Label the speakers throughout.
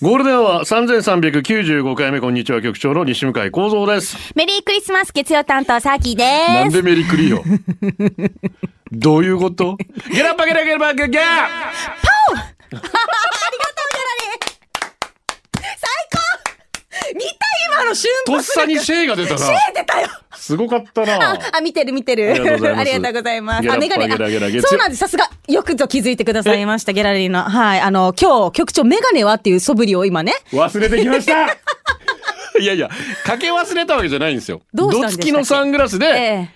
Speaker 1: ゴールデンは三千三百九十五回目こんにちは局長の西向井光三です。
Speaker 2: メリークリスマス月曜担当、サーキ ーで
Speaker 1: なん
Speaker 2: す。
Speaker 1: でメリクリよ。どういうこと？ゲラッパゲラゲラパゲラ。
Speaker 2: 見た今の瞬
Speaker 1: とっさにシェイが出たな。
Speaker 2: 間出たよ
Speaker 1: すごかったな。
Speaker 2: あ、見てる見てる。
Speaker 1: ありがとうございます
Speaker 2: ありがとうございます。
Speaker 1: ゲラ
Speaker 2: あ、
Speaker 1: ッパ
Speaker 2: メガネ。
Speaker 1: ゲラゲラゲラ
Speaker 2: あそうなんです。さすが。よくぞ気づいてくださいました、ギャラリーの。はい。あの、今日、局長、メガネはっていう素振りを今ね。
Speaker 1: 忘れてきましたいやいや、かけ忘れたわけじゃないんですよ。
Speaker 2: どうしたんでした
Speaker 1: つ
Speaker 2: っけ
Speaker 1: きのサングラスで、
Speaker 2: え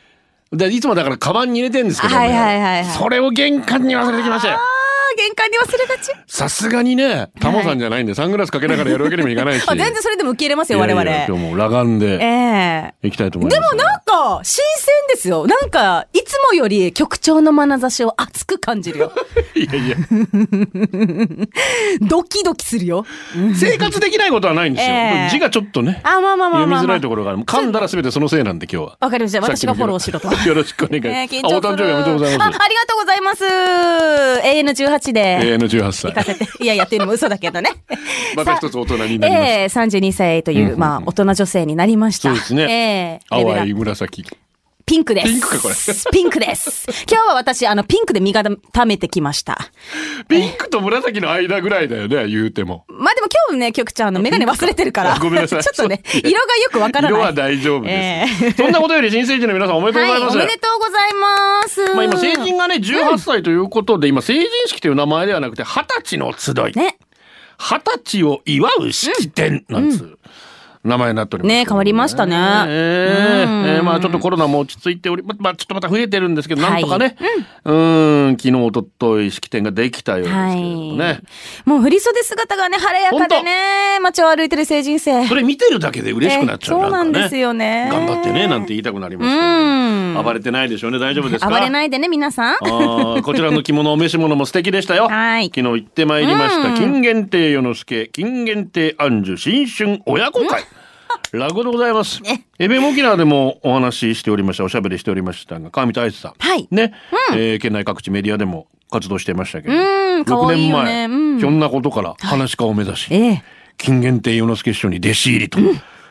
Speaker 2: え。
Speaker 1: でいつもだからカバンに入れてんですけどね、
Speaker 2: はいはいはいはい
Speaker 1: それを玄関に忘れてきまし
Speaker 2: あ
Speaker 1: たよ。
Speaker 2: ー、玄関に忘れがち。
Speaker 1: さすがにね、タモさんじゃないんで、サングラスかけながらやるわけにもいかないし。
Speaker 2: あ全然それでも受け入れますよ、
Speaker 1: いや
Speaker 2: 我
Speaker 1: い
Speaker 2: 々。
Speaker 1: や今日も裸眼
Speaker 2: え
Speaker 1: で
Speaker 2: え。
Speaker 1: 行きたいと思いま。
Speaker 2: ですもなんか、新鮮ですよ。なんか、いつもより局長の眼差しを熱く感じる よ。
Speaker 1: いやいや、
Speaker 2: ドキドキするよ。
Speaker 1: 生活できないことはないんですよ。
Speaker 2: ええ
Speaker 1: 字がちょっとね、
Speaker 2: あ、まあまあまあまあ
Speaker 1: 読み
Speaker 2: まあ。
Speaker 1: づらいところがある。噛んだら全てそのせいなんで今日は。
Speaker 2: わかりました。
Speaker 1: さっき
Speaker 2: 私
Speaker 1: の
Speaker 2: がフォローしろと。
Speaker 1: よろしくお願い。
Speaker 2: ねえ緊
Speaker 1: あ
Speaker 2: 張する
Speaker 1: お誕生日おめでとうございます
Speaker 2: あ。ありがとうございます。AN18 で。
Speaker 1: 永遠の18歳。
Speaker 2: 行。かせて。 いやいやっていうのも嘘だけどね
Speaker 1: また一つ大人になります
Speaker 2: ええ32歳という、
Speaker 1: うんうん
Speaker 2: まあ、大人女性になりました。
Speaker 1: そうですね。
Speaker 2: ええレベラ
Speaker 1: 淡い紫。
Speaker 2: ピンクです。
Speaker 1: ピンクかこれ
Speaker 2: ピンクです。今日は私、あの、ピンクで身がためてきました。
Speaker 1: ピンクと紫の間ぐらいだよね、言うても。
Speaker 2: まあでも今日ね、局長、あ の、メガネ忘れてるから。
Speaker 1: ごめんなさ い
Speaker 2: ちょっとね、
Speaker 1: そう
Speaker 2: 色がよくわからない。
Speaker 1: 色は大丈夫
Speaker 2: え
Speaker 1: です。
Speaker 2: え
Speaker 1: そんなことより新成人の皆さんおめでとうございます。
Speaker 2: はい、おめでとうございます。
Speaker 1: まあ今成人がね18歳ということで、今成人式という名前ではなくて二十歳の集い
Speaker 2: ね。
Speaker 1: 二十歳を祝う式典なんつう、名前になっておりますけど
Speaker 2: ね変わりましたね
Speaker 1: え
Speaker 2: うん
Speaker 1: ええーまあちょっとコロナも落ち着いており、ままあちょっとまた増えてるんですけど、なんとかね、うーん、昨日おととい式典ができたようですけれどもね、
Speaker 2: はい。もう振り袖姿がね、晴れやかでね、街を歩いてる成人生。
Speaker 1: それ見てるだけで嬉しくなっちゃう、
Speaker 2: えそうなん
Speaker 1: か
Speaker 2: ですよね
Speaker 1: 頑張ってねなんて言いたくなりますけ
Speaker 2: うん
Speaker 1: ど、暴れてないでしょうね大丈夫ですか
Speaker 2: 暴れないでね、皆さん。
Speaker 1: あーこちらの着物お召し物も素敵でしたよ。
Speaker 2: はい
Speaker 1: 昨日行ってまいりました。
Speaker 2: うん
Speaker 1: 金限定与之助、金限定安寿新春親子会。ラグでございます。エベモキナーでもお話ししておりました、おしゃべりしておりましたが、川見太一さん。
Speaker 2: はい
Speaker 1: ね、えー県内各地メディアでも活動してましたけど。
Speaker 2: うん可愛いよね
Speaker 1: 6年前、
Speaker 2: うん
Speaker 1: ひょんなことから話し家を目指し、
Speaker 2: ええ。
Speaker 1: 金限定与之助師匠に弟子入りと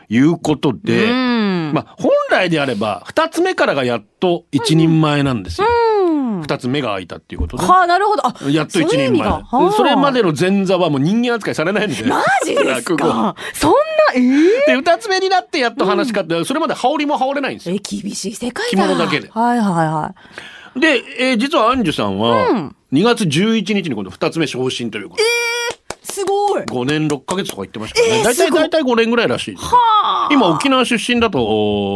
Speaker 1: いうことで、
Speaker 2: うん。
Speaker 1: まあ本来であれば、二つ目からがやっと一人前なんですよ。
Speaker 2: うん
Speaker 1: 二つ目が開いたっていうことで、
Speaker 2: はあ、なるほど。あ、
Speaker 1: やっ
Speaker 2: そ
Speaker 1: と一
Speaker 2: ういう
Speaker 1: 人
Speaker 2: 意味だ
Speaker 1: 前
Speaker 2: はあ
Speaker 1: それまでの前座はもう人間扱いされないんで
Speaker 2: マジです
Speaker 1: 落語
Speaker 2: かそんな、ええ
Speaker 1: で二つ目になってやっと話し方、それまで羽織も羽織れないんですよ
Speaker 2: え、厳しい世界だ。
Speaker 1: 着物だけで
Speaker 2: はいはいは
Speaker 1: で、えー実はアンジュさん
Speaker 2: う
Speaker 1: は
Speaker 2: ん
Speaker 1: 2月11日に今度二つ目昇進ということで、
Speaker 2: い。すごい。
Speaker 1: 5年6ヶ月とか言ってましたからね、
Speaker 2: えー
Speaker 1: 大体
Speaker 2: すごい
Speaker 1: 大体5年ぐらいらしい
Speaker 2: はあ。
Speaker 1: 今沖縄出身だと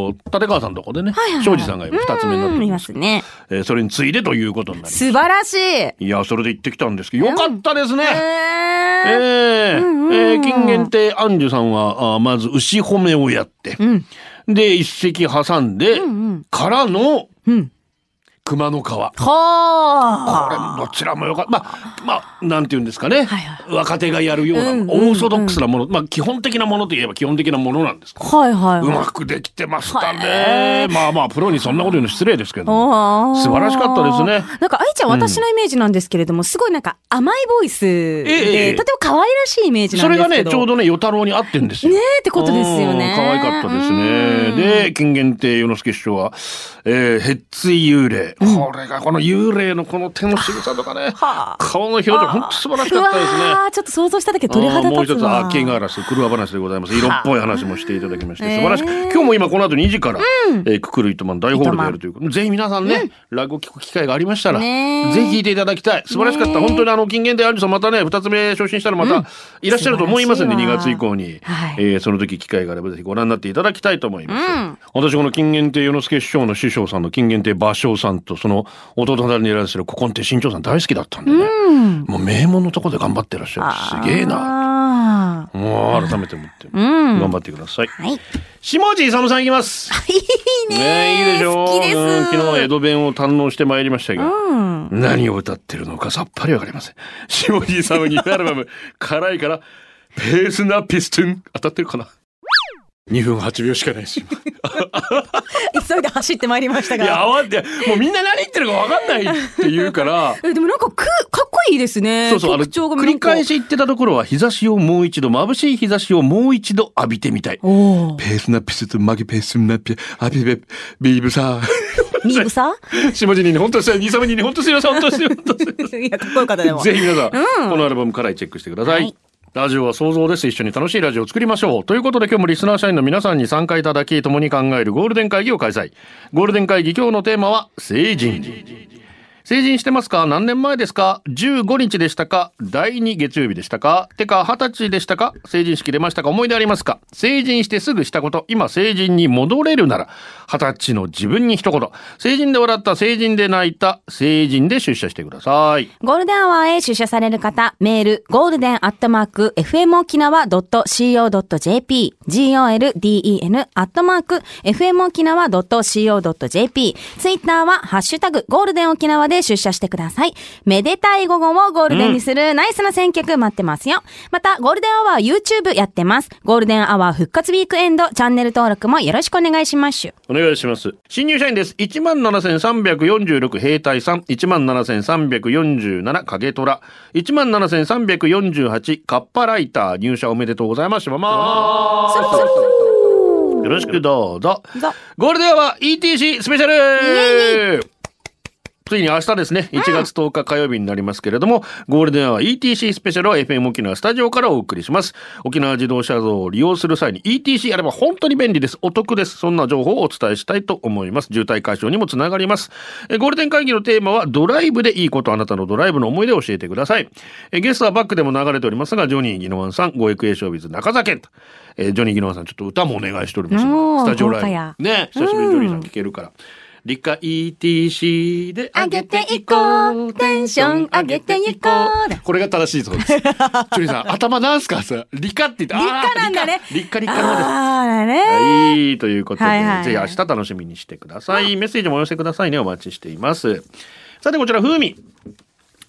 Speaker 1: お立川さんとかでね、
Speaker 2: はいはい
Speaker 1: 庄司さんが今二つ目になって
Speaker 2: うんい
Speaker 1: るん
Speaker 2: ま
Speaker 1: です
Speaker 2: す
Speaker 1: けど、
Speaker 2: ね。
Speaker 1: えーそれに次いでということになります
Speaker 2: 素晴らしい。え
Speaker 1: いやそれで行ってきたんですけどよかったですね、
Speaker 2: え。
Speaker 1: ええ
Speaker 2: うんうん
Speaker 1: えー金限定アンジュさんはあーまず牛褒めをやって、
Speaker 2: ん
Speaker 1: で一席挟んで、
Speaker 2: うん
Speaker 1: からの
Speaker 2: うん。うん。
Speaker 1: 熊の皮これ
Speaker 2: はあ。
Speaker 1: どちらもよかったまあまあなんて言うんですか
Speaker 2: は
Speaker 1: ね、
Speaker 2: いは
Speaker 1: 若手がやるような、
Speaker 2: うんうん
Speaker 1: オーソドックスなもの、まあ基本的なものといえば基本的なものなんですけど
Speaker 2: はいはいうはい。
Speaker 1: まくできてました
Speaker 2: へ
Speaker 1: ね、まあまあプロにそんなこと言うの失礼ですけど
Speaker 2: おー
Speaker 1: 素晴らしかったですね。
Speaker 2: なんか愛ちゃん
Speaker 1: うん
Speaker 2: 私のイメージなんですけれども、すごいなんか甘いボイスで、
Speaker 1: ええ
Speaker 2: とても可愛らしいイメージな
Speaker 1: そ
Speaker 2: んで
Speaker 1: れ
Speaker 2: すけど。
Speaker 1: がねちょうどね与太郎に合ってんですよ
Speaker 2: ねえってことですよね
Speaker 1: うん可愛かったです
Speaker 2: う
Speaker 1: ね
Speaker 2: ん
Speaker 1: で金限定与之助師匠は、えー、へっつい幽霊、これがこの幽霊のこの手の仕草とかね
Speaker 2: はあ
Speaker 1: 顔の表情本当素晴らしかったです
Speaker 2: う
Speaker 1: ね
Speaker 2: わーちょっと想像しただけで鳥肌
Speaker 1: うんもう
Speaker 2: 立
Speaker 1: 一
Speaker 2: つ
Speaker 1: つ
Speaker 2: わ。
Speaker 1: あけがらす狂わ話でございます色っぽい話もしていただきまして素晴らしく、
Speaker 2: えー
Speaker 1: 今日も今この後2時から、えーくくる糸満大ホールでやるということでぜひ皆さんね、落語聞く機会がありましたら、
Speaker 2: ねえ
Speaker 1: ぜひ聞いていただきたい素晴らしかった、
Speaker 2: ねえ
Speaker 1: 本当にあの金言でアンジュさんまたね2つ目昇進したらまたいらっしゃると思いますんで、
Speaker 2: 素晴
Speaker 1: 2
Speaker 2: らしいわ
Speaker 1: 月以降に、
Speaker 2: はい
Speaker 1: えーその時機会があればぜひご覧になっていただきたいと思います、
Speaker 2: うん
Speaker 1: 私この金言亭与之助師匠の師匠さんの金言亭芭蕉さんとその弟さんにいらっしゃる古今亭新潮さん大好きだったんでね、もう名門のところで頑張ってらっしゃるすげえな
Speaker 2: な。
Speaker 1: もう改めて思って、頑張ってください。
Speaker 2: はい。
Speaker 1: 下地勇さんいきます。
Speaker 2: いい
Speaker 1: ねえ、いいでしょう。
Speaker 2: 好きです。
Speaker 1: うん昨日江戸弁を堪能してまいりましたが、何を歌ってるのかさっぱりわかりません。下地勇ニューアルバム、 辛いから、ペースなピストン、当たってるかな ?2 分8秒しかないです。今
Speaker 3: 急いで走ってまいりました
Speaker 1: い
Speaker 3: が。
Speaker 1: や、慌てて、もうみんな何言ってるかわかんないって言うから、
Speaker 3: えでもなんかくかっこいいですね。
Speaker 1: そうそう、あの、
Speaker 3: 曲調が
Speaker 1: 繰り返し言ってたところは、日差しをもう一度、眩しい日差しをもう一度浴びてみたい。
Speaker 3: おお。
Speaker 1: ペースナピスとマギペースナピ、アビベ、ビーブさ。
Speaker 3: ミーブ さん
Speaker 1: 下地に本当にすいません、ニサムに本当にすいません、本当にすいません本当にすいません。
Speaker 3: いや、かっこよかったでも。
Speaker 1: ぜひ皆さん、このアルバムからチェックしてください。ラジオは想像です。一緒に楽しいラジオを作りましょう。ということで今日もリスナー社員の皆さんに参加いただき、共に考えるゴールデン会議を開催。ゴールデン会議今日のテーマは、成人。成人してますか何年前ですか ?15 日でしたか第2月曜日でしたかてか20歳でしたか成人式出ましたか思い出ありますか成人してすぐしたこと、今成人に戻れるなら、20歳の自分に一言。成人で笑った、成人で泣いた、成人で出社してください。
Speaker 2: ゴールデンアワーへ出社される方、メール、ゴールデンアットマーク、fmokinawa.co.jp、golden アットマーク、fmokinawa.co.jp、ツイッターは、ハッシュタグ、ゴールデン沖縄で出社してください。めでたい午後をゴールデンにするナイスな選曲待ってますよ。また、ゴールデンアワー YouTube やってます。ゴールデンアワー復活ウィークエンド、チャンネル登録もよろしくお願いします。
Speaker 1: お願いします。新入社員です。17,346兵隊さん、17,347影虎、17,348カッパライター入社おめでとうございます。しまます。よろしくどうぞ。ゴールデンは ETC スペシャルついに明日ですね、1月10日火曜日になりますけれども、ゴールデンは ETC スペシャルは FM 沖縄スタジオからお送りします。沖縄自動車道を利用する際に ETC あれば本当に便利です。お得です。そんな情報をお伝えしたいと思います。渋滞解消にもつながります。えゴールデン会議のテーマはドライブでいいこと、あなたのドライブの思い出を教えてください。えゲストはバックでも流れておりますが、ジョニー・ギノワンさん、ご育英ショービズ中澤健と。えジョニー・ギノワンさん、ちょっと歌もお願いしておりますの
Speaker 2: お
Speaker 1: で。
Speaker 2: ー
Speaker 1: スタジオライ
Speaker 2: 豪華
Speaker 1: ブ。
Speaker 2: や
Speaker 1: ね久しぶりにジョニーさん聞けるから。理解 ETC で上げていこう。テンション上げていこう。これが正しいそうです。 チュリーさん、頭なんすかさ、理科って言って、
Speaker 3: 理科なんだね
Speaker 1: あー理科、理科理科まで。
Speaker 3: あーね。
Speaker 1: はい、ということで、
Speaker 3: はいはい
Speaker 1: ぜひ明日楽しみにしてください。メッセージもお寄せくださいね。お待ちしています。さて、こちら、ふうみ。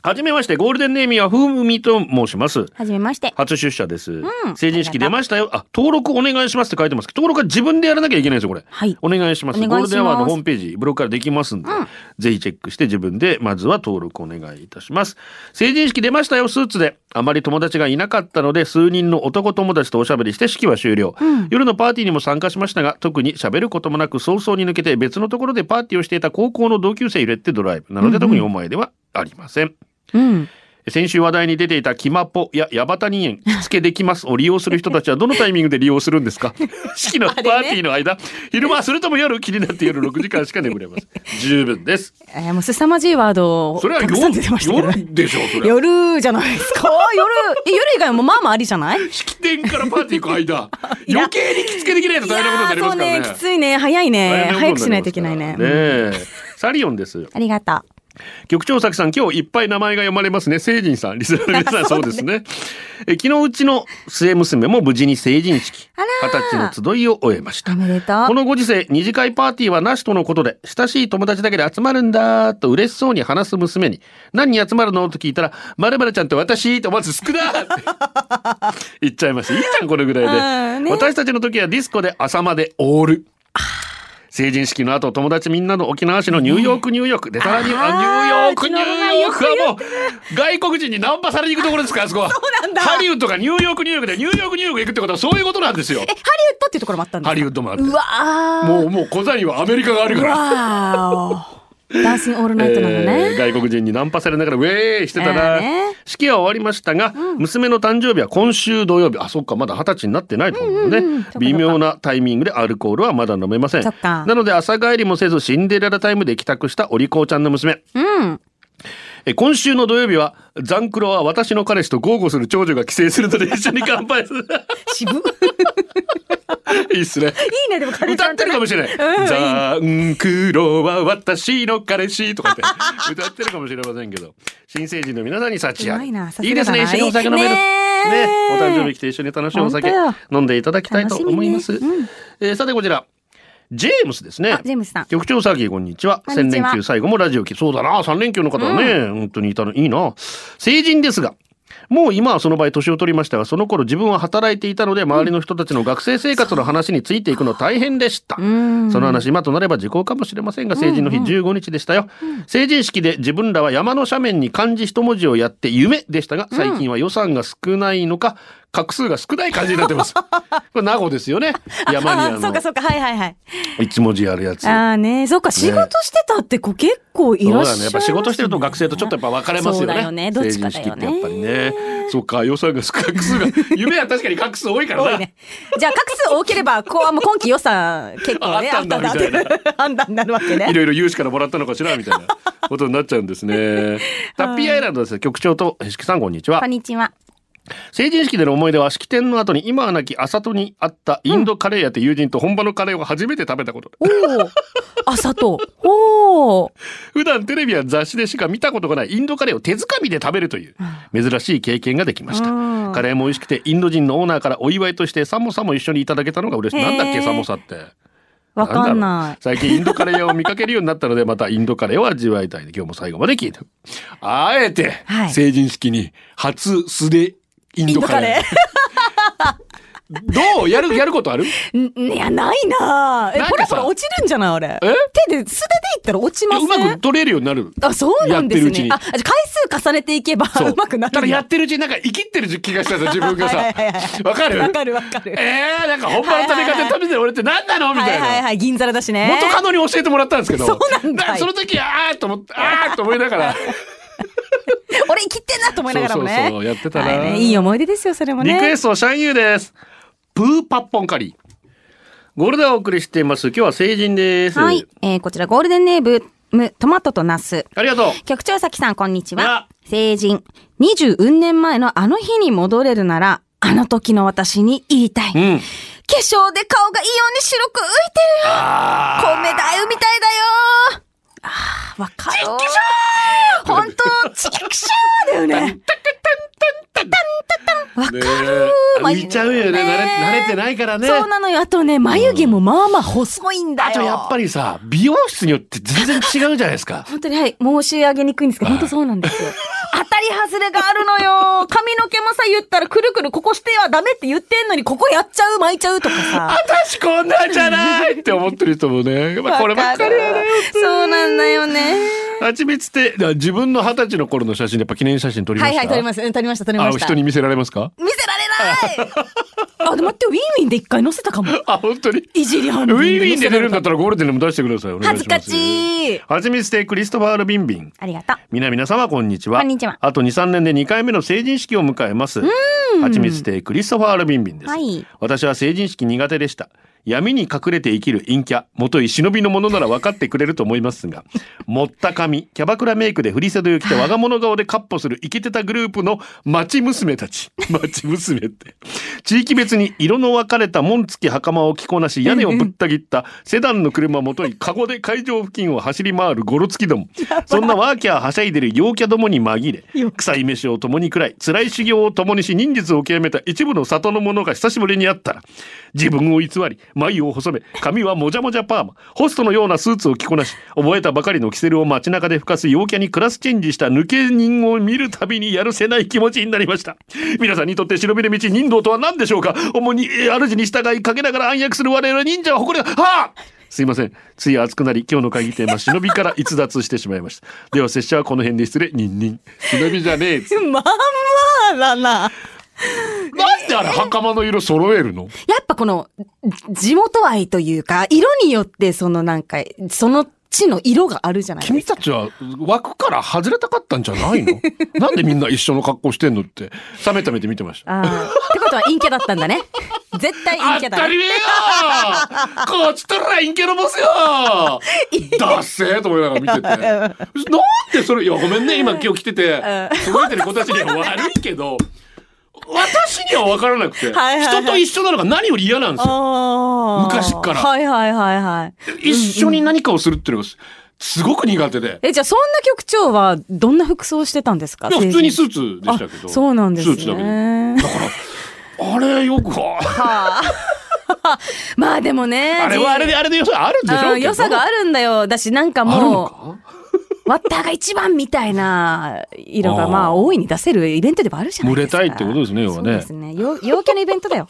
Speaker 1: はじめまして、ゴールデンネーミーはふうみと申します。
Speaker 2: はじめまして。
Speaker 1: 初出社です、成人式出ましたよあ登録お願いしますって書いてますけど登録は自分でやらなきゃいけないんですよこれ、
Speaker 2: はい
Speaker 1: お願いします
Speaker 2: お願いします
Speaker 1: ゴールデンアワーのホームページブログからできますんで、ぜひチェックして自分でまずは登録お願いいたします成人式出ましたよスーツであまり友達がいなかったので数人の男友達とおしゃべりして式は終了、夜のパーティーにも参加しましたが特に喋ることもなく早々に抜けて別のところでパーティーをしていた高校の同級生入れてドライブなので特に思い出はありません
Speaker 2: うん。
Speaker 1: 先週話題に出ていたキマポやヤバタ人間、着付けできますを利 用する人たちはどのタイミングで利用するんで すか式のパーティーの間、昼間、それとも夜気になって夜6時間しか眠れません。十分です。
Speaker 3: えーもう凄まじいワードを
Speaker 1: それは
Speaker 3: た
Speaker 1: 夜
Speaker 3: くさん出てましたけどね。
Speaker 1: 夜でしょう、それは。
Speaker 3: 夜じゃないです か夜え夜以外もまあまあありじゃない
Speaker 1: 式典からパーティー行く間、余計に着付けできないと大変なことになりますから
Speaker 3: いやー
Speaker 1: ね。
Speaker 3: そうねきついね早い
Speaker 1: 大
Speaker 3: ね
Speaker 1: 変ことにりますから
Speaker 3: 早くしないといけないね
Speaker 1: ねえ。サリオンです。
Speaker 2: ありがと
Speaker 1: 局長崎さん、今日いっぱい名前が読まれますね。成人さん、リスナーの皆さん、 そうですね。え昨日うちの末娘も無事に成人式、二十歳の集いを終えまし
Speaker 2: う。お
Speaker 1: た。
Speaker 2: めでとう。
Speaker 1: このご時世、二次会パーティーはなしとのことで、親しい友達だけで集まるんだと嬉しそうに話す娘に、何に集まるのと聞いたら、まるまるちゃんと私とまず少なって 言っちゃいました。いいじゃん、このぐらいで。私たちの時はディスコで朝までオール。成人式の後、友達みんなの沖縄市のニューヨーク、ニューヨーク。で、さらにはニューヨーク、ニューヨークはもう、外国人にナンパされに行くところですから、あそこは。ハリウッドがニューヨーク、ニューヨークで、ニューヨーク、ニューヨーク行くってことはそういうことなんですよ
Speaker 3: え。ハリウッドっていうところもあったんですか
Speaker 1: ハリウッドもあって。
Speaker 3: うわ
Speaker 1: もうもう小座にはアメリカがある
Speaker 3: ー
Speaker 1: から。
Speaker 3: わーおダンシングオールナイトなの
Speaker 1: えー
Speaker 3: ね、
Speaker 1: 外国人にナンパされながらウェーイしてた
Speaker 3: だ
Speaker 1: な、
Speaker 3: よね
Speaker 1: 式は終わりましたが、娘の誕生日は今週土曜日あそっかまだ二十歳になってないと思うので、
Speaker 2: そっかそっか
Speaker 1: 微妙なタイミングでアルコールはまだ飲めません
Speaker 3: そっか
Speaker 1: なので朝帰りもせずシンデレラタイムで帰宅したお利口ちゃんの娘
Speaker 2: うん。
Speaker 1: えー今週の土曜日は、ザンクロは私の彼氏と豪語する長女が帰省するので一緒に乾杯する。
Speaker 3: 渋い
Speaker 1: いいっすね。
Speaker 3: いね、でもカレーち
Speaker 1: 歌
Speaker 3: ゃ
Speaker 1: っ
Speaker 3: んと
Speaker 1: てるかもしれない。ザンクロは私の彼氏とかって 歌ってるかもしれませんけど、新成人の皆さんに幸あ
Speaker 3: うま
Speaker 1: れ。
Speaker 3: いなさすがだない
Speaker 1: いですね、一緒にお酒飲める。
Speaker 3: ね
Speaker 1: ね
Speaker 3: え
Speaker 1: お誕生日来て一緒に楽しいお酒
Speaker 3: 本
Speaker 1: 飲んでいただきたいと思います。
Speaker 2: 楽しみね
Speaker 1: えーさてこちら、ジェームスですね
Speaker 2: あ。ジェームスさん
Speaker 1: 局長サギこんにちは。
Speaker 2: こんに
Speaker 1: 3
Speaker 2: ちは
Speaker 1: 連休最後もラジオ来そうだな。3連休の方はね、本当にいたのいいな。成人ですが、もう今はその場合年を取りましたが、その頃自分は働いていたので、周りの人たちの学生生活の話についていくの大変でした。その話、今となれば時効かもしれませんが、成人の日15日でしたよ。成人式で自分らは山の斜面に漢字一文字をやって夢でしたが、最近は予算が少ないのか、画数が少ない感じになっ てます。これ名護ですよね。山にあ
Speaker 3: あそう
Speaker 1: の
Speaker 3: か、そうか、はいはいはい。
Speaker 1: 一文字やるやつ。
Speaker 3: ああね、そうか、仕事してたって子結構いらっしゃいます、
Speaker 1: そうだ
Speaker 3: ね。
Speaker 1: ね。やっぱ仕事してると学生とちょっとやっぱ分かれます
Speaker 3: そう
Speaker 1: よね。
Speaker 3: だよ ねどっちかだよね
Speaker 1: 成人式ってやっぱりね。そうか、予算が少ない。画数が、夢は確かに画数多いからな。
Speaker 3: じゃあ、画数多ければ、こう、あもう今期予算結構ね、
Speaker 1: あ
Speaker 3: あ
Speaker 1: あ
Speaker 3: ったた
Speaker 1: っん
Speaker 3: ん
Speaker 1: だ
Speaker 3: だっていう
Speaker 1: みたい
Speaker 3: 判断になるわけね
Speaker 1: い。ろいろ融資からもらったのかしらみた いなことになっちゃうんですね。タッピーアイランドですよ局長と、しきさんこんにちは
Speaker 2: こん。にちは。
Speaker 1: 成人式での思い出は式典の後に今はなき朝戸にあったインドカレー屋と友人と本場のカレーを初めて食べたこと。
Speaker 3: おお。朝と。おお。
Speaker 1: 普段テレビや雑誌でしか見たことがないインドカレーを手づかみで食べるという珍しい経験ができました、カレーも美味しくてインド人のオーナーからお祝いとしてサモサも一緒にいただけたのが嬉しい、
Speaker 3: へー
Speaker 1: なんだっけサモサって
Speaker 3: わかん
Speaker 1: だろ
Speaker 3: な
Speaker 1: う最近インドカレー屋を見かけるようになったのでまたインドカレーを味わいたいで今日も最後まで聞いてあえて
Speaker 3: はい
Speaker 1: 成人式に初素でインドカレー
Speaker 3: イン
Speaker 1: どうやるやることある
Speaker 3: い。んいや、ないなぁ。え
Speaker 1: なんかさ
Speaker 3: ポラポラ落ちるんじゃないあれ。
Speaker 1: え
Speaker 3: 手で、素手でいったら落ちま
Speaker 1: う
Speaker 3: せ
Speaker 1: まく
Speaker 3: ん
Speaker 1: 取れるようになる
Speaker 3: あ、そうなんです
Speaker 1: やってるうちに
Speaker 3: ね。あ、じゃあ回数重ねていけば、
Speaker 1: そ う
Speaker 3: うまくなるん。
Speaker 1: ただやってるうちになんか生きってる気がしたさ自分がさ
Speaker 3: はいはいはいはい
Speaker 1: わかる
Speaker 3: わかるわかる。
Speaker 1: えー、なんか本場の食べ方で食べてる俺って何なのみ
Speaker 3: は
Speaker 1: た
Speaker 3: い
Speaker 1: い
Speaker 3: はい
Speaker 1: な。
Speaker 3: はい、銀皿だしね。
Speaker 1: 元カノに教えてもらったんですけど。
Speaker 3: そうなんだ
Speaker 1: かその時、あーっと思って、あーっと思いながら。
Speaker 3: 俺生きてんなと思いながらもね。
Speaker 1: そうそうそうやってたな
Speaker 3: はいねいい思い出ですよ、それもね。
Speaker 1: リクエスト、シャンユーです。プーパッポンカリー。ゴールデンをお送りしています。今日は成人です。
Speaker 2: はい。えー、こちらゴールデンネーブム、トマトとナス。
Speaker 1: ありがとう。
Speaker 2: 局長さきさん、こんにち
Speaker 1: な
Speaker 2: は。成人。20運年前のあの日に戻れるなら、あの時の私に言いたい。
Speaker 1: うん。
Speaker 2: 化粧で顔が異様に白く浮いてるよ。
Speaker 1: あ
Speaker 2: 米だよみたいだよ。あー、わかる。本当、チキクショーだよね。わかる
Speaker 1: ー。ねえ。浮いちゃうよね。慣れ慣れてないからね。
Speaker 2: そうなのよ。あとね、眉毛もまあまあ細いんだよ。
Speaker 1: あとやっぱりさ、美容室によって全然違うじゃないですか。
Speaker 2: 本当にはい、申し上げにくいんですけど、本当そうなんですよ。当たり外れがあるのよ。髪の毛もさ、言ったらくるくるここしてはダメって言ってんのに、ここやっちゃう、巻いちゃうとかさ。
Speaker 1: 私こんなんじゃないって思ってる人もね。まあこればっかりはね。
Speaker 2: そうなんだよね。
Speaker 1: はちみつって、だから自分の二十歳の頃の写真でやっぱ記念写真撮りま
Speaker 3: は
Speaker 1: し
Speaker 3: い
Speaker 1: た
Speaker 3: はい、撮ります。うん撮りました、撮りまし
Speaker 1: あ、
Speaker 3: た。
Speaker 1: 人に見せられますか
Speaker 2: 見せられない
Speaker 3: あ、でも待って、ウィンウィンで一回載せたかも。
Speaker 1: あ、本当に。
Speaker 3: いじりは
Speaker 1: ウィンウィンで出るんだったらゴールデンでも出してください。お願い
Speaker 2: 恥
Speaker 1: し
Speaker 2: ず
Speaker 1: ま
Speaker 2: か
Speaker 1: す。
Speaker 2: しい。
Speaker 1: はちみつてクリストファール・ビンビン。
Speaker 2: ありがとう。
Speaker 1: 皆皆様こんにちは。
Speaker 2: こんにちは
Speaker 1: あと2、3年で2回目の成人式を迎えます。はちみつてクリストファール・ビンビンです。
Speaker 2: はい
Speaker 1: 私は成人式苦手でした。闇に隠れて生きる陰キャ、元い忍びのものなら分かってくれると思います が、持った髪、キャバクラメイクで振り袖を着て我が物顔でカッポする生きてたグループの町娘 たち。町娘って。地域別に色の分かれた紋付き袴を着こなし、屋根をぶった切ったセダンの車をもとに、カゴで会場付近を走り回るゴロつきども。そんなワーキャーはしゃいでる陽キャどもに紛れ、臭い飯を共に食らい、辛い修行を共にし、忍術を極めた一部の里の者が久しぶりに会ったら、自分を偽り、眉を細め、髪はもじゃもじゃパーマ、ホストのようなスーツを着こなし、覚えたばかりのキセルを街中で吹かす陽キャにクラスチェンジした抜け人を見るたびにやるせない気持ちになりました。皆さんにとって忍びの道、人道とは何でしょうか主に、えー主に従い、かけながら暗躍する我々忍者は誇りだ。はあすいません。つい熱くなり、今日の会議テーマ、忍びから逸脱してしまいました。では、拙者はこの辺で失礼。ニンニン。忍びじゃねえ。
Speaker 3: まあまあだな。
Speaker 1: なんであれ、袴の色揃えるの
Speaker 3: やっぱこの、地元愛というか、色によってそのなんか、その地の色があるじゃないで
Speaker 1: 君
Speaker 3: すか。
Speaker 1: たちは枠から外れたかったんじゃないのなんでみんな一緒の格好してんのって、冷めた目で見てました。
Speaker 3: あ あ。ってことは陰キャだったんだね。
Speaker 2: 絶対
Speaker 1: あ
Speaker 2: 陰
Speaker 1: っ
Speaker 2: キャ
Speaker 1: た
Speaker 2: だ
Speaker 1: り。めえよこっちとら陰キャのボスよだっせーと思いながら見てて。なんでそれ、いやごめんね、今今日来てて、すごいてる子たちには悪いけど、私には分からなくて、
Speaker 2: はいはいはい
Speaker 1: 人と一緒なのが何より嫌なんですよ。
Speaker 2: あー
Speaker 1: 昔っから
Speaker 2: はいはいはいはい。
Speaker 1: 一緒に何かをするっていうのがすすごく苦手で。
Speaker 2: え、じゃあそんな局長はどんな服装してたんですか
Speaker 1: いや普通にス
Speaker 2: ー
Speaker 1: ーツでしたけど。
Speaker 2: そうなんですね。
Speaker 1: スーツだけで。だから、あれよく、あ
Speaker 2: まあでもね。
Speaker 1: れはあれで、あれで良さあるんでしょうけ
Speaker 2: う
Speaker 1: ど
Speaker 2: ん、良さがあるんだよ。だし、なんか
Speaker 1: あるの
Speaker 2: も
Speaker 1: か
Speaker 2: う、ワッターが一番みたいな色が、
Speaker 1: あー
Speaker 2: まあ、大いに出せるイベントではあるじゃないですか。
Speaker 1: 群れたいってことですね要はね
Speaker 2: そうですね。陽陽キャのイベントだよ。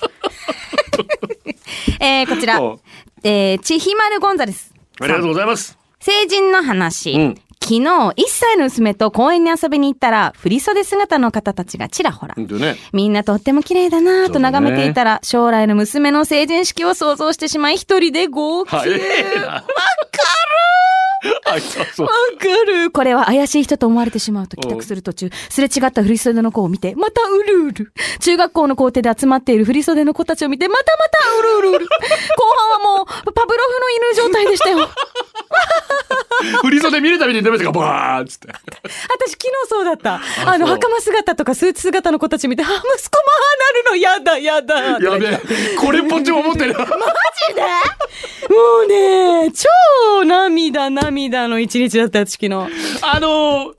Speaker 2: えー、こちら
Speaker 1: うん。
Speaker 2: えー、ちひまるゴンザレス。
Speaker 1: ありがとうございます。
Speaker 2: 成人の話。
Speaker 1: うん
Speaker 2: 昨日、1歳の娘と公園に遊びに行ったら、振り袖姿の方たちがちらほら。
Speaker 1: 本当ね。
Speaker 2: みんなとっても綺麗だなぁと眺めていたら、将来の娘の成人式を想像してしまい、一人で号泣。
Speaker 1: 早え な。わかるあ、そうそう。
Speaker 2: わかる。これは怪しい人と思われてしまうと帰宅する途中、すれ違った振り袖の子を見て、またうるうる。中学校の校庭で集まっている振り袖の子たちを見て、またまたうるうるうる。後半はもう、パブロフの犬状態でしたよ。
Speaker 1: 振り袖見るたびに出ましたが、バーンっつって。
Speaker 2: 私昨日そうだった。あの、
Speaker 1: そう
Speaker 2: 袴姿とかスーツ姿の子たち見て、あ、息子もああなるのやだやだ。
Speaker 1: やべえ、これっぽっちも思ってる。
Speaker 2: マジでもうね、超涙涙の一日だった、私昨日。
Speaker 1: あのー、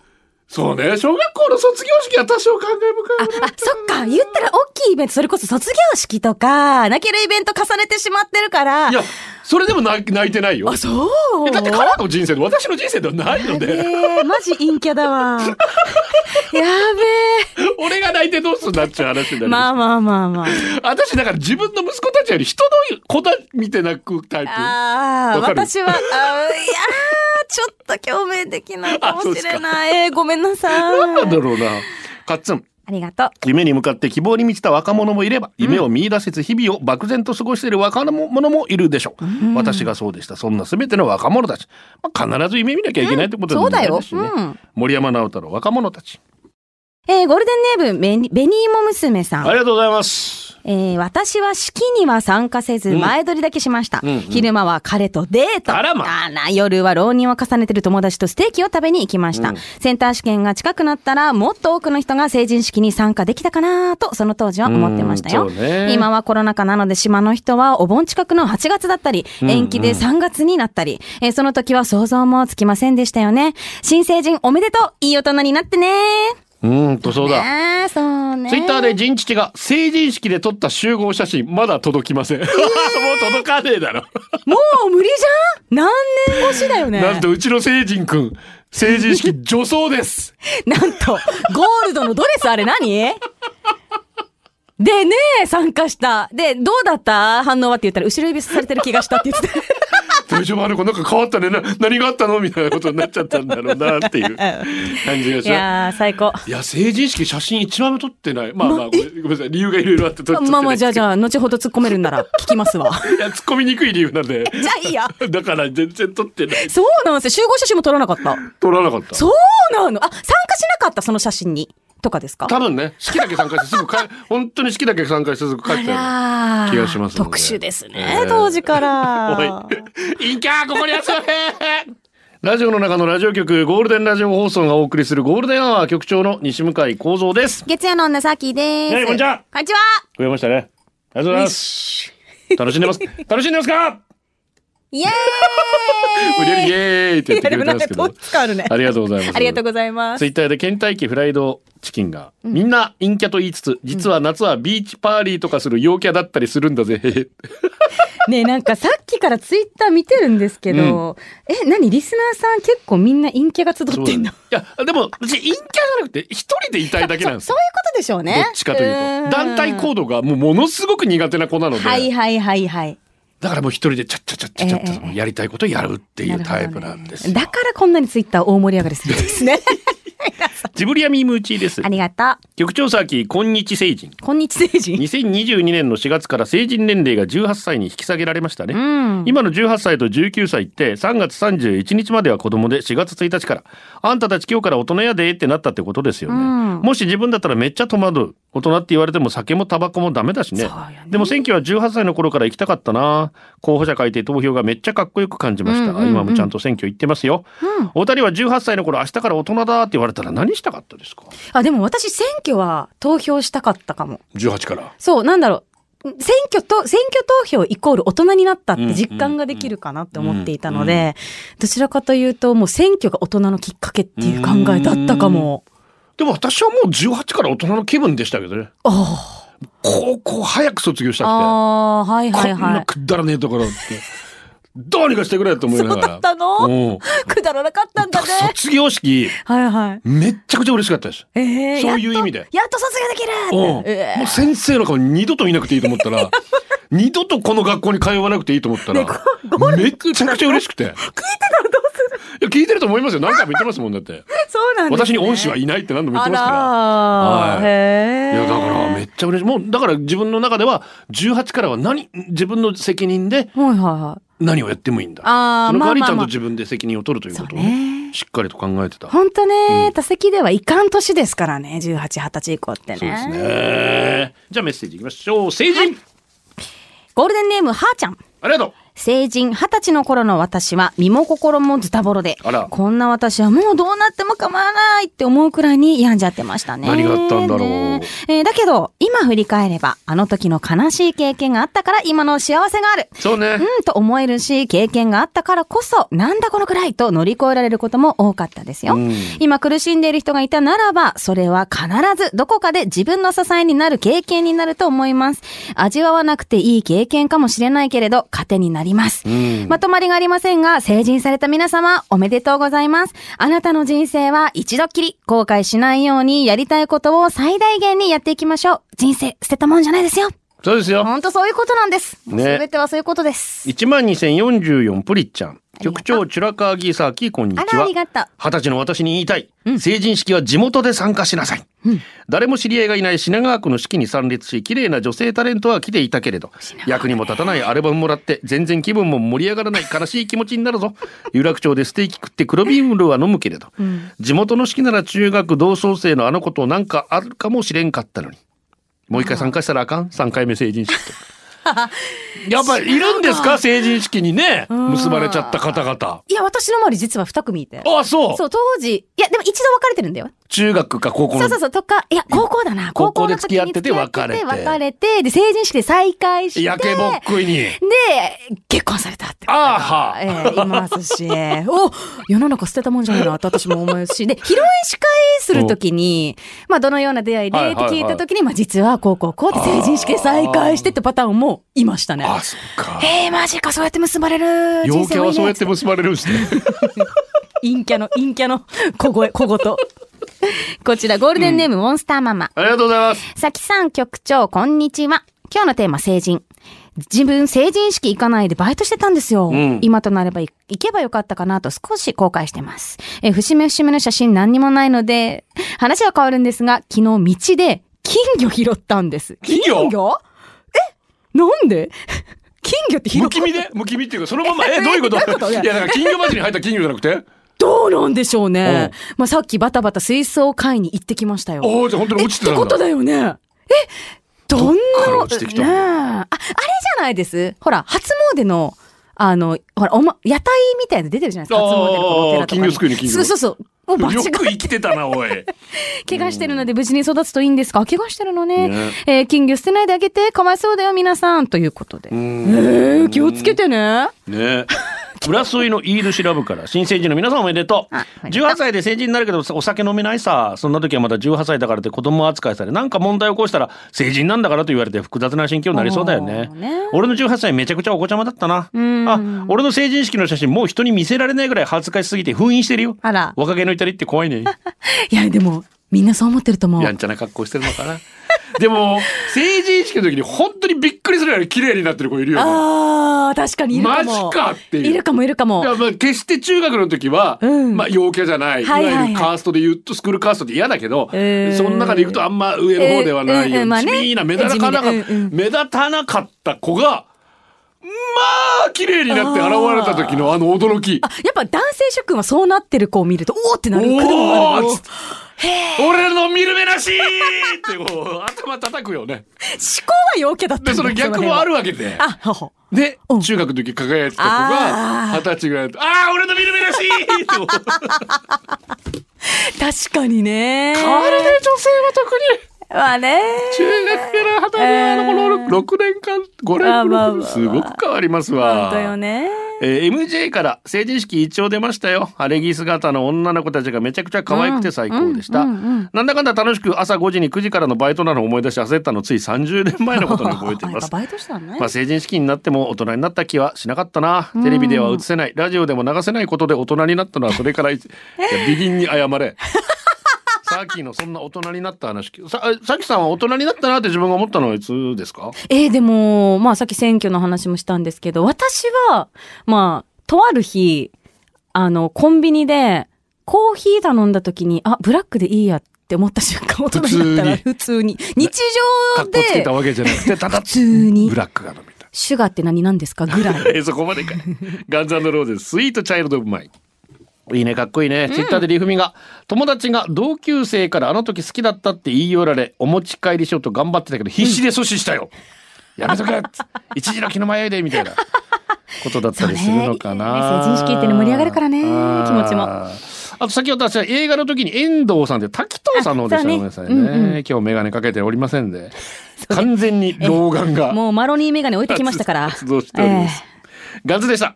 Speaker 1: そうね、小学校の卒業式は多少感慨深いよ
Speaker 2: あ
Speaker 1: ね、。
Speaker 2: そっか、言ったら大きいイベント、それこそ卒業式とか、泣けるイベント重ねてしまってるから。
Speaker 1: いや、それでも泣泣いてないよ。
Speaker 2: あ、そう
Speaker 1: えだって彼の人生で、私の人生ではないの
Speaker 2: え
Speaker 1: で、
Speaker 2: ー、マジ陰キャだ わ。やべ
Speaker 1: 俺が泣いてどうすんだっちゅう話に
Speaker 2: え。
Speaker 1: なり
Speaker 2: ま
Speaker 1: ま
Speaker 2: あまあまあまあ。
Speaker 1: す。私だから自分の息子たちより人の子だ見て泣くタイプ。
Speaker 2: ああ、
Speaker 1: わかる
Speaker 2: 私は、あーいやー、ちょっと共鳴できないかもしれない。えー、ごめんなさ
Speaker 1: なんだ
Speaker 2: い。
Speaker 1: ろうな。カッツン。
Speaker 2: ありがとう。
Speaker 1: 夢に向かって希望に満ちた若者もいれば、夢を見出せず日々を漠然と過ごしている若者もいるでしょう。私がそうでした。そんな全ての若者たち。まあ、必ず夢見なきゃいけないってこと
Speaker 2: そうだよ。
Speaker 1: し
Speaker 2: う
Speaker 1: ね。
Speaker 2: ん。
Speaker 1: 森山直太朗、若者たち。
Speaker 2: えー、ゴールデンネーム、ベニベニーモ娘さん。
Speaker 1: ありがとうございます。
Speaker 2: えー私は式には参加せず、
Speaker 1: うん
Speaker 2: 前撮りだけしました、
Speaker 1: うんうん
Speaker 2: 昼間は彼とデート。
Speaker 1: あらま
Speaker 2: ら夜は浪人を重ねてる友達とステーキを食べに行きました。
Speaker 1: うん
Speaker 2: センター試験が近くなったら、もっと多くの人が成人式に参加できたかなと、その当時は思ってました
Speaker 1: う
Speaker 2: よ
Speaker 1: ん。そうね
Speaker 2: 今はコロナ禍なので、島の人はお盆近くの8月だったり、延期で3月になったり、えーその時は想像もつきませんでしたよね。新成人おめでとういい大人になってね
Speaker 1: うーんと、そうだ。
Speaker 2: ああ、そうね。
Speaker 1: ツイッターで人父が成人式で撮った集合写真、まだ届きま せん。もう届かねえだろ。
Speaker 2: もう無理じゃん何年越しだよね。
Speaker 1: なんと、うちの成人くん、成人式女装です。
Speaker 2: なんと、ゴールドのドレスあれ何でね参加した。で、どうだった反応はって言ったら、後ろ指さされてる気がしたって言 ってた。
Speaker 1: 大丈夫あれこれなんか変わったねな何があったのみたいなことになっちゃったんだろうなっ ていう感じが
Speaker 2: い
Speaker 1: しま
Speaker 2: やー、最高。
Speaker 1: すいや成人式写真一枚も撮ってないまあまあごめんごめんなさい理由がいろいろあって撮っちゃって
Speaker 2: まあまあ、じゃあじ
Speaker 1: ゃ
Speaker 2: ゃあ、後ほど突っ込めるんなら聞き ますわ。
Speaker 1: いや突っ込みにくい理由なんで
Speaker 2: じゃあいいや。
Speaker 1: だから全然撮ってない
Speaker 2: そうなんですよ。集合写真も撮らなかった。
Speaker 1: 撮らなかった
Speaker 2: そうなのあ、参加しなかった、その写真に。とかですか
Speaker 1: 多分ね式だけ参加してすぐ帰 本当に式だけ参加してすぐ帰ったような
Speaker 2: あらー
Speaker 1: 気がしますので
Speaker 2: 特殊です
Speaker 1: え
Speaker 2: ね、
Speaker 1: ー
Speaker 2: 当時から
Speaker 1: お。いいいかここに集まれ ラジオの中のラジオ局ゴールデンラジオ放送がお送りするゴールデンアワー局長の西向井幸三です
Speaker 2: 月曜の女さきで
Speaker 1: ね
Speaker 2: す。
Speaker 1: えこんにちは。
Speaker 2: こんにちは。
Speaker 1: 増えましたねありがとうございます楽しんでます楽しんでますか
Speaker 2: イエーイ
Speaker 1: 無理やりイエーイって言ってくれたんですけど。
Speaker 2: 使うね
Speaker 1: ありがとうございます。
Speaker 2: ありがとうございま
Speaker 1: ツ
Speaker 2: す。
Speaker 1: イッターで倦怠期フライドチキンが、みんな陰キャと言いつつ、実は夏はビーチパーリーとかする陽キャだったりするんだぜ。へへ
Speaker 2: ねえなんかさっきからツイッター見てるんですけど、え、何リスナーさん結構みんな陰キャが集
Speaker 1: そう
Speaker 2: っ
Speaker 1: だ
Speaker 2: てんの
Speaker 1: ねいや、でも、私陰キャじゃなくて、一人でいたいだけなんで す
Speaker 2: そ
Speaker 1: よ
Speaker 2: う。いうことでしょう
Speaker 1: ど
Speaker 2: ね。
Speaker 1: っちかという
Speaker 2: ー
Speaker 1: と。
Speaker 2: ん
Speaker 1: 団体行動がもうものすごく苦手な子なので、
Speaker 2: はいはいはいはい。
Speaker 1: だからもう一人でちゃっちゃちゃっちゃちゃっ
Speaker 2: えええ
Speaker 1: とやりたいことをやるっていうタイプなんですよ。
Speaker 2: だからこんなにツイッター大盛り上がりするんです ね。
Speaker 1: ジブリアミームーチーです
Speaker 2: あ。りがとう。
Speaker 1: 局長さき、今日成人。
Speaker 2: こんにちは成人。
Speaker 1: 2022年の4月から成人年齢が18歳に引き下げられましたね、
Speaker 2: ん
Speaker 1: 今の18歳と19歳って3月31日までは子供で4月1日からあんたたち今日から大人やでってなったってことですよね、もし自分だったらめっちゃ戸惑う大人って言われても酒もタバコもダメだしね
Speaker 2: そうよね
Speaker 1: でも選挙は18歳の頃から行きたかったな候補者書いて投票がめっちゃかっこよく感じまし
Speaker 2: うん
Speaker 1: た、
Speaker 2: うんうん
Speaker 1: 今もちゃんと選挙行ってますよ、お二人は18歳の頃明日から大人だって言われたら何したかったですか
Speaker 2: あ、でも私選挙は投票したかったかも。
Speaker 1: 18から
Speaker 2: そう、なんだろう。選挙と、選挙投票イコール大人になったって実感ができるかなって思っていたの
Speaker 1: うんうん
Speaker 2: で、どちらかというと、もう選挙が大人のきっかけっていう考えだったかも。
Speaker 1: でも私はもう18から大人の気分でしたけどね
Speaker 2: あ
Speaker 1: 高校早く卒業し
Speaker 2: あ、
Speaker 1: たくて
Speaker 2: ああ、はいはい
Speaker 1: こんな
Speaker 2: はい。
Speaker 1: くだらねえところってどうにかしてくれと思い
Speaker 2: そ
Speaker 1: なが
Speaker 2: う
Speaker 1: ら
Speaker 2: だったの
Speaker 1: うん
Speaker 2: くだらなかったんだね。
Speaker 1: 卒業式
Speaker 2: はいはい。
Speaker 1: めっちゃくちゃ嬉しかったです
Speaker 2: ええ
Speaker 1: そういう意味で
Speaker 2: やっと卒業できる
Speaker 1: うん
Speaker 2: ってええ
Speaker 1: もう先生の顔二度と見なくていいと思った ら二度とこの学校に通わなくていいと思ったら、めっちゃくちゃ嬉しくて聞いてたらどうするいや聞いてると思いますよ何回も言ってますもん だって
Speaker 2: そうなんです、ね。
Speaker 1: 私に恩師はいないって何度も言っ
Speaker 2: あ
Speaker 1: てますから
Speaker 2: らー、
Speaker 1: はい
Speaker 2: へ
Speaker 1: い
Speaker 2: え。
Speaker 1: やだからめっちゃ嬉しいもうだから自分の中では18からは何自分の責任で
Speaker 2: はいはいはい。
Speaker 1: 何をやってもいいんだ
Speaker 2: あー
Speaker 1: その代わり
Speaker 2: ま
Speaker 1: ち
Speaker 2: あ
Speaker 1: ゃ
Speaker 2: まあまあ
Speaker 1: んと自分で責任を取るということを
Speaker 2: そう
Speaker 1: ね
Speaker 2: ね
Speaker 1: しっかりと考えてた
Speaker 2: 本当ね、打席ではいかん年ですからね、18、20歳以降ってね。
Speaker 1: そうですねじゃあメッセージいきましょう成人、
Speaker 2: ゴールデンネーム、はーちゃん。
Speaker 1: ありがとう
Speaker 2: 成人二十歳の頃の私は身も心もズタボロで
Speaker 1: あら、
Speaker 2: こんな私はもうどうなっても構わないって思うくらいに病んじゃってましたね。
Speaker 1: 何があったんだろう
Speaker 2: ねえーだけど、今振り返れば、あの時の悲しい経験があったから今の幸せがある。
Speaker 1: そうね、
Speaker 2: うんと思えるし、経験があったからこそ、なんだこのくらいと乗り越えられることも多かったですよ。
Speaker 1: うん
Speaker 2: 今苦しんでいる人がいたならば、それは必ずどこかで自分の支えになる経験になると思います。味わわなくていい経験かもしれないけれど、糧になります。
Speaker 1: ん
Speaker 2: まとまりがありませんが、成人された皆様、おめでとうございます。あなたの人生は一度っきり、後悔しないようにやりたいことを最大限にやっていきましょう。人生、捨てたもんじゃないですよ。
Speaker 1: そうですよ
Speaker 2: ほんとそういうことなんです。す
Speaker 1: ね
Speaker 2: べてはそういうことです。
Speaker 1: 12,044プリッちゃん
Speaker 2: りがとう
Speaker 1: 局長チュラカーギーサーキーこんにち
Speaker 2: あ
Speaker 1: は
Speaker 2: ら、ありがとう。
Speaker 1: 二十歳の私に言いたい、
Speaker 2: うん
Speaker 1: 成人式は地元で参加しなさい、
Speaker 2: うん
Speaker 1: 誰も知り合いがいない品川区の式に参列し綺麗な女性タレントは来ていたけれど役にも立たないアルバムもらって全然気分も盛り上がらない悲しい気持ちに なるぞ有楽町でステーキ食って黒ビールは飲むけれど、地元の式なら中学同窓生のあの子となんかあるかもしれんかったのにもう一回参加したらあかん3回目成人式とやっぱりいるんですか成人式にね
Speaker 2: ん
Speaker 1: 結ばれちゃった方々
Speaker 2: いや、私の周り実は2組いて。
Speaker 1: あそう
Speaker 2: そう、当時、いや、でも一度別れてるんだよ。
Speaker 1: 中学か高校の
Speaker 2: そうそうそう、とか、いや、高校だな。
Speaker 1: 高校で
Speaker 2: の時に
Speaker 1: 付き合ってて別れて
Speaker 2: 別れて、で、成人式で再会して。
Speaker 1: やけぼっくいに。
Speaker 2: で、結婚されたって。
Speaker 1: あーは
Speaker 2: ええいますし、お世の中捨てたもんじゃないなって私も思うし、で、披露宴司会するときに、まあ、どのような出会いで
Speaker 1: は
Speaker 2: っ
Speaker 1: いはい
Speaker 2: て
Speaker 1: はい
Speaker 2: 聞いたときに、まあ、実はこうこうこうって成人式で再会してってパターンもいましたね。
Speaker 1: あ、そっか。
Speaker 2: えー、マジか、そうやって結ばれる。
Speaker 1: 陽
Speaker 2: 人
Speaker 1: キ
Speaker 2: 生も
Speaker 1: ャ
Speaker 2: い
Speaker 1: はい
Speaker 2: ね
Speaker 1: そうやって結ばれるんですね。
Speaker 2: 陰キャの、陰キャの小声、小言。こちら、ゴールデンネーム、モンスターママ。
Speaker 1: ありがとうございます。
Speaker 2: さきさん局長、こんにちは。今日のテーマ、成人。自分、成人式行かないでバイトしてたんですよ。
Speaker 1: うん
Speaker 2: 今となればい行けばよかったかなと少し後悔してます。えー節目節目の写真何にもないので、話は変わるんですが、昨日道で金魚拾ったんです。
Speaker 1: 金魚
Speaker 2: えなんで 金魚って拾
Speaker 1: む
Speaker 2: う
Speaker 1: きみでむきみっていうか、そのまま、え、
Speaker 2: え
Speaker 1: どういうこと
Speaker 2: どういうこと
Speaker 1: いや、だから金魚鉢に入った金魚じゃなくて
Speaker 2: どうなんでしょうね。まあ、さっきバタバタ水槽会に行ってきましたよ。
Speaker 1: おおじゃあ本当に落ちて
Speaker 2: え
Speaker 1: た
Speaker 2: ってこ
Speaker 1: んだ
Speaker 2: と。だよね。え、どんな
Speaker 1: どっから落ちてきたの
Speaker 2: ねえあ、あれじゃないです。ほら、初詣の、あの、ほら、おま、屋台みたいなの出てるじゃないですか。初詣のこのお
Speaker 1: あ
Speaker 2: 寺
Speaker 1: あ、
Speaker 2: とか
Speaker 1: 金魚すくいに金
Speaker 2: そう
Speaker 1: 魚。
Speaker 2: そうそう。もう間違
Speaker 1: よく生きてたな、おい。
Speaker 2: 怪我してるので無事に育つといいんですが、怪我してるのね。
Speaker 1: ね
Speaker 2: えー金魚捨てないであげて、かわいそうだよ、皆さん。ということで。えー、気をつけてね。
Speaker 1: ね。浦いのイールシラ ブから新成人の皆さんおめでとう
Speaker 2: あおめでとう
Speaker 1: 18歳で成人になるけどお酒飲めないさそんな時はまだ18歳だからって子供扱いされなんか問題を起こしたら成人なんだからと言われて複雑な心境になりそうだよね
Speaker 2: そうね
Speaker 1: 俺の18歳めちゃくちゃお子ちゃまだったな
Speaker 2: うん
Speaker 1: あ俺の成人式の写真もう人に見せられないぐらい恥ずかしすぎて封印してるよ
Speaker 2: あら
Speaker 1: 若気の至りっ て怖いね
Speaker 2: いや、でも、みんなそう思ってると思う。
Speaker 1: やんちゃな格好してるのかなでも成人式の時に本当にびっくりするように綺麗になってる子いるよね
Speaker 2: あー、確かにいるかも。
Speaker 1: マジかっていう
Speaker 2: いるかもいるかも。
Speaker 1: いやまあ決して中学の時は、
Speaker 2: うん
Speaker 1: まあ陽キャじゃない、
Speaker 2: はいはいはい
Speaker 1: いわゆるカーストで言うとスクールカーストで嫌だけど、
Speaker 2: えー
Speaker 1: その中で行くとあんま上の方ではないよ、
Speaker 2: えーえーまあね
Speaker 1: 地味な目立たなかった、
Speaker 2: 地味でうんうん
Speaker 1: 目立たなかった子があ綺麗になって現れた時のあの驚き
Speaker 3: あ、やっぱ男性諸君はそうなってる子を見ると、おーってなる。
Speaker 1: お
Speaker 3: 車
Speaker 1: ー
Speaker 3: の
Speaker 1: っつって俺の見る目なしっ てこう頭叩くよね
Speaker 3: 思考は陽キャだった
Speaker 1: で
Speaker 3: んだ
Speaker 1: その逆もあるわけで
Speaker 3: あ、ほほ。
Speaker 1: で
Speaker 3: うん
Speaker 1: 中学の時輝いてた子が
Speaker 3: あー
Speaker 1: 二十歳ぐらいだと「ああ俺の見る目なし!」ってこう
Speaker 3: 確かにね。
Speaker 1: あれね女性は特に
Speaker 3: まあね。
Speaker 1: 中学から二十歳ぐらいのこの6 6年間5
Speaker 3: まあまあ
Speaker 1: 年
Speaker 3: まあ
Speaker 1: すごく変わりますわ。
Speaker 3: 本当よね。
Speaker 1: えー MJ から成人式一応出ましたよ晴れ着姿の女の子たちがめちゃくちゃ可愛くて最高でした、なんだかんだ楽しく朝5時に9時からのバイトなのを思い出し焦ったのつい30年前のことに覚えて い
Speaker 3: あや
Speaker 1: ま
Speaker 3: っぱ
Speaker 1: す
Speaker 3: バイトしたのね
Speaker 1: まあ。成人式になっても大人になった気はしなかったな、テレビでは映せないラジオでも流せないことで大人になったのはそれか らいいやビギンに謝れ サーキーのそんな大人になった話さあさきさんは大人になったなって自分が思ったのはいつですか
Speaker 3: えーでも、まあさっき選挙の話もしたんですけど、私は、まあ、とある日、あの、コンビニで、コーヒー頼んだ時に、あ、ブラックでいいやって思った瞬間、大人になったら普通に。日
Speaker 1: か
Speaker 3: 常
Speaker 1: っこつけ
Speaker 3: で
Speaker 1: た、わけじゃなくてただ
Speaker 3: 普通に
Speaker 1: ブ、ラックが飲みたい
Speaker 3: シュガーって何なんですかぐらい。
Speaker 1: えー そこまでかい。ガンザンドローゼス、スイートチャイルドオブマイ。いいね、かっこいいね。ツイッターでリフミが、友達が同級生からあの時好きだったって言い寄られ、お持ち帰りしようと頑張ってたけど、必死で阻止したよ。やめと け一時の気の迷いでみたいなことだったりするのかな。
Speaker 3: そうねいいね成人式ってね盛り上がるからね気持ちも
Speaker 1: あーあと先ほど私は映画の時に遠藤さんで滝藤さんの方でしたね。ごめんな
Speaker 3: あ
Speaker 1: さ
Speaker 3: そ
Speaker 1: いうね。
Speaker 3: ねうんうん
Speaker 1: 今日メガネかけておりませ んで、完全に老眼が。
Speaker 3: もうマロニーメガネ置いてきましたから。
Speaker 1: 活動しております。ガズでした。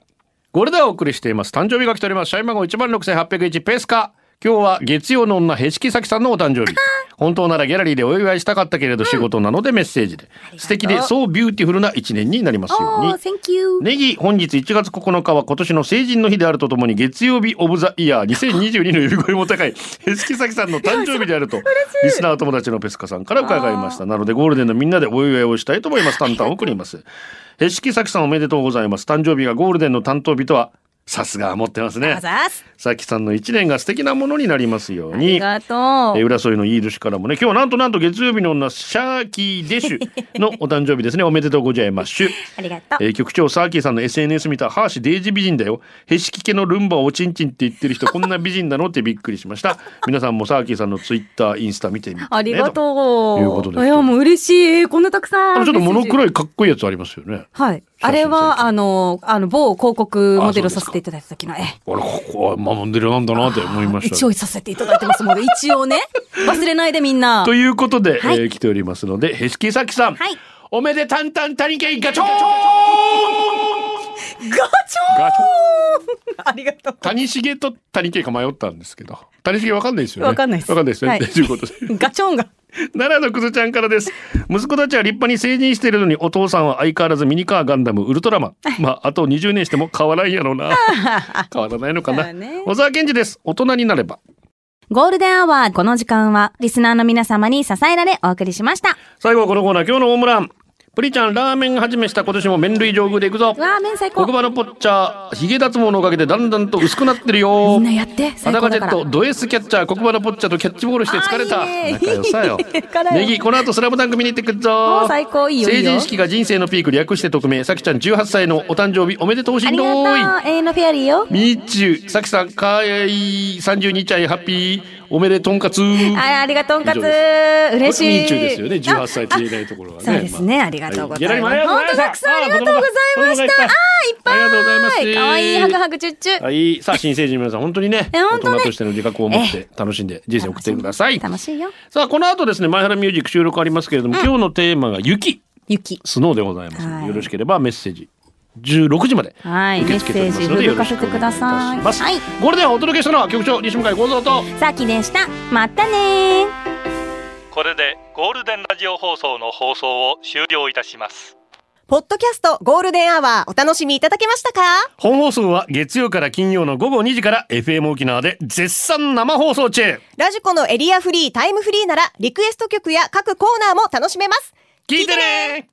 Speaker 1: ゴルダーをお送りしています。誕生日が来ております。シャイマゴ一万六千八百一ペースカ。今日は月曜の女ヘチキサキさんのお誕生日。本当ならギャラリーでお祝いしたかったけれど仕事なのでメッセージで。素敵でそうビューティフルな一年になりますよう
Speaker 2: お
Speaker 1: に
Speaker 2: ー、。thank you。
Speaker 1: ネギ本日1月9日は今年の成人の日であるとともに月曜日オブザイヤー2022の呼び声も高いヘスキサキさんの誕生日であるとリスナー友達のペスカさんから伺いましたなのでゴールデンのみんなでお祝いをしたいと思いますタンタンを送りますヘスキサキさんおめでとうございます誕生日がゴールデンの担当日とはさすが持ってますね
Speaker 2: あざーす。
Speaker 1: さきさんの一年が素敵なものになりますよう
Speaker 3: あり
Speaker 1: に
Speaker 3: がと
Speaker 1: えー
Speaker 3: う。
Speaker 1: 浦添のいい年からもね今日はなんとなんと月曜日の女シャーキーデシュのお誕生日ですねおめでとうございます
Speaker 2: ありがとう。
Speaker 1: えー局長サーキーさんの SNS 見たら「ハーシデイジ美人だよ」「へしきけのルンバをおちんちんって言って る人こんな美人なの?」ってびっくりしました皆さんもサーキーさんのツイッターインスタ見てみて、ね、
Speaker 3: ありが
Speaker 1: と
Speaker 3: とう。
Speaker 1: ということです
Speaker 3: いや、もう嬉しい。えーこんなたくさ
Speaker 1: あ
Speaker 3: ん。
Speaker 1: のちょっと
Speaker 3: メッセー
Speaker 1: 物
Speaker 3: ジ
Speaker 1: 黒いかっこいいやつありますよね
Speaker 3: はい。あれは、あの、あの、某広告モデルをさせていただいた時の、ええ。
Speaker 1: あれここはマモンデルなんだなって思いました
Speaker 3: 一応させていただいてますので、一応 ね。忘れないでみんな。
Speaker 1: ということで、
Speaker 2: はい
Speaker 1: えー来ておりますのでへしきさきさん、
Speaker 2: はい
Speaker 1: おめでたんたんたにけんガチョーン
Speaker 3: ガチョー
Speaker 1: ガチ
Speaker 3: ンありがとう。
Speaker 1: 谷繁と谷けか迷ったんですけど谷繁わかんないですよね
Speaker 3: わかんないです
Speaker 1: わかんないですよね、
Speaker 3: はい
Speaker 1: ということで
Speaker 3: ガチョンが。
Speaker 1: 奈良のくずちゃんからです息子たちは立派に成人しているのにお父さんは相変わらずミニカーガンダムウルトラマンまああと20年しても変わらんやろ うな変わらないのかな
Speaker 3: だね
Speaker 1: 小沢健二です大人になれば
Speaker 2: ゴールデンアワー、この時間は、リスナーの皆様に支えられお送りしました。
Speaker 1: 最後はこのコーナー今日のホームランプリちゃんラーメン始めした今年も麺類上宮でいくぞ
Speaker 2: うわー、麺最高。
Speaker 1: 黒
Speaker 2: み
Speaker 1: 板のポッチャーヒゲ脱毛のおかげでだんだんと薄くなってるよ
Speaker 2: んなやって、
Speaker 1: ア
Speaker 2: 最
Speaker 1: ダ
Speaker 2: 高
Speaker 1: ガジ
Speaker 2: だ
Speaker 1: ェ
Speaker 2: か
Speaker 1: ッ
Speaker 2: ら。
Speaker 1: トド S キャッチャー黒板のポッチャーとキャッチボールして疲れた
Speaker 3: あーいいね
Speaker 1: 仲良さよネギこの後スラムダンク見に行ってくるぞ
Speaker 2: おー最高いいよ
Speaker 1: 成
Speaker 2: いい
Speaker 1: 人
Speaker 2: よ
Speaker 1: 式が人生のピーク略して匿名さきちゃん18歳のお誕生日おめでとうし
Speaker 2: あ
Speaker 1: ん
Speaker 2: り
Speaker 1: ど
Speaker 2: がとう
Speaker 1: ーい。
Speaker 2: 永遠のフェアリーよ。
Speaker 1: みーちゅうさきさんかわいい32歳ハッピーおめでとんかつ
Speaker 2: あありがとう、とんかつ。
Speaker 1: 以上で
Speaker 2: 嬉しい。
Speaker 1: みーちゅうですよね18歳って言え
Speaker 2: あ
Speaker 1: ないところがね
Speaker 2: そうですねありがとうございます
Speaker 1: はギャラリーもありがとうございまし
Speaker 2: 本当た
Speaker 1: た
Speaker 2: くさんありがとうございました
Speaker 1: あー子供
Speaker 2: あ
Speaker 1: がぱい
Speaker 2: ーいっぱい
Speaker 1: ありがとうございま
Speaker 2: か
Speaker 1: す
Speaker 2: わいい、ハグハグチュッチュ。
Speaker 1: はい、さあ新成人の皆さん本当にね
Speaker 2: え
Speaker 1: 大
Speaker 2: 本当ね
Speaker 1: 人としての自覚を持って楽しんで人生を送ってください
Speaker 2: 楽しいよ。
Speaker 1: さあこの後ですね「前原ミュージック」収録ありますけれども、今日のテーマが雪
Speaker 2: 雪。
Speaker 1: スノーでございますので、
Speaker 2: はい
Speaker 1: よろしければメッセージ16時まで
Speaker 2: はい、
Speaker 1: 受
Speaker 2: メッ
Speaker 1: け付けてお
Speaker 2: セ
Speaker 1: り
Speaker 2: ージ
Speaker 1: ますのでよ
Speaker 2: 届
Speaker 1: ろ
Speaker 2: か
Speaker 1: し
Speaker 2: せ
Speaker 1: く
Speaker 2: て
Speaker 1: お願い
Speaker 2: くだ
Speaker 1: いたし
Speaker 2: さい。
Speaker 1: ます、
Speaker 2: はい、
Speaker 1: これではお届けしたのは局長西向井幸三と
Speaker 2: さきでした。まったねー。
Speaker 4: これでゴールデンラジオ放送の放送を終了いたします
Speaker 5: ポッドキャストゴールデンアワーお楽しみいただけましたか
Speaker 1: 本放送は月曜から金曜の午後2時から FM 沖縄で絶賛生放送中
Speaker 5: ラジコのエリアフリータイムフリーならリクエスト曲や各コーナーも楽しめます
Speaker 1: 聞いてね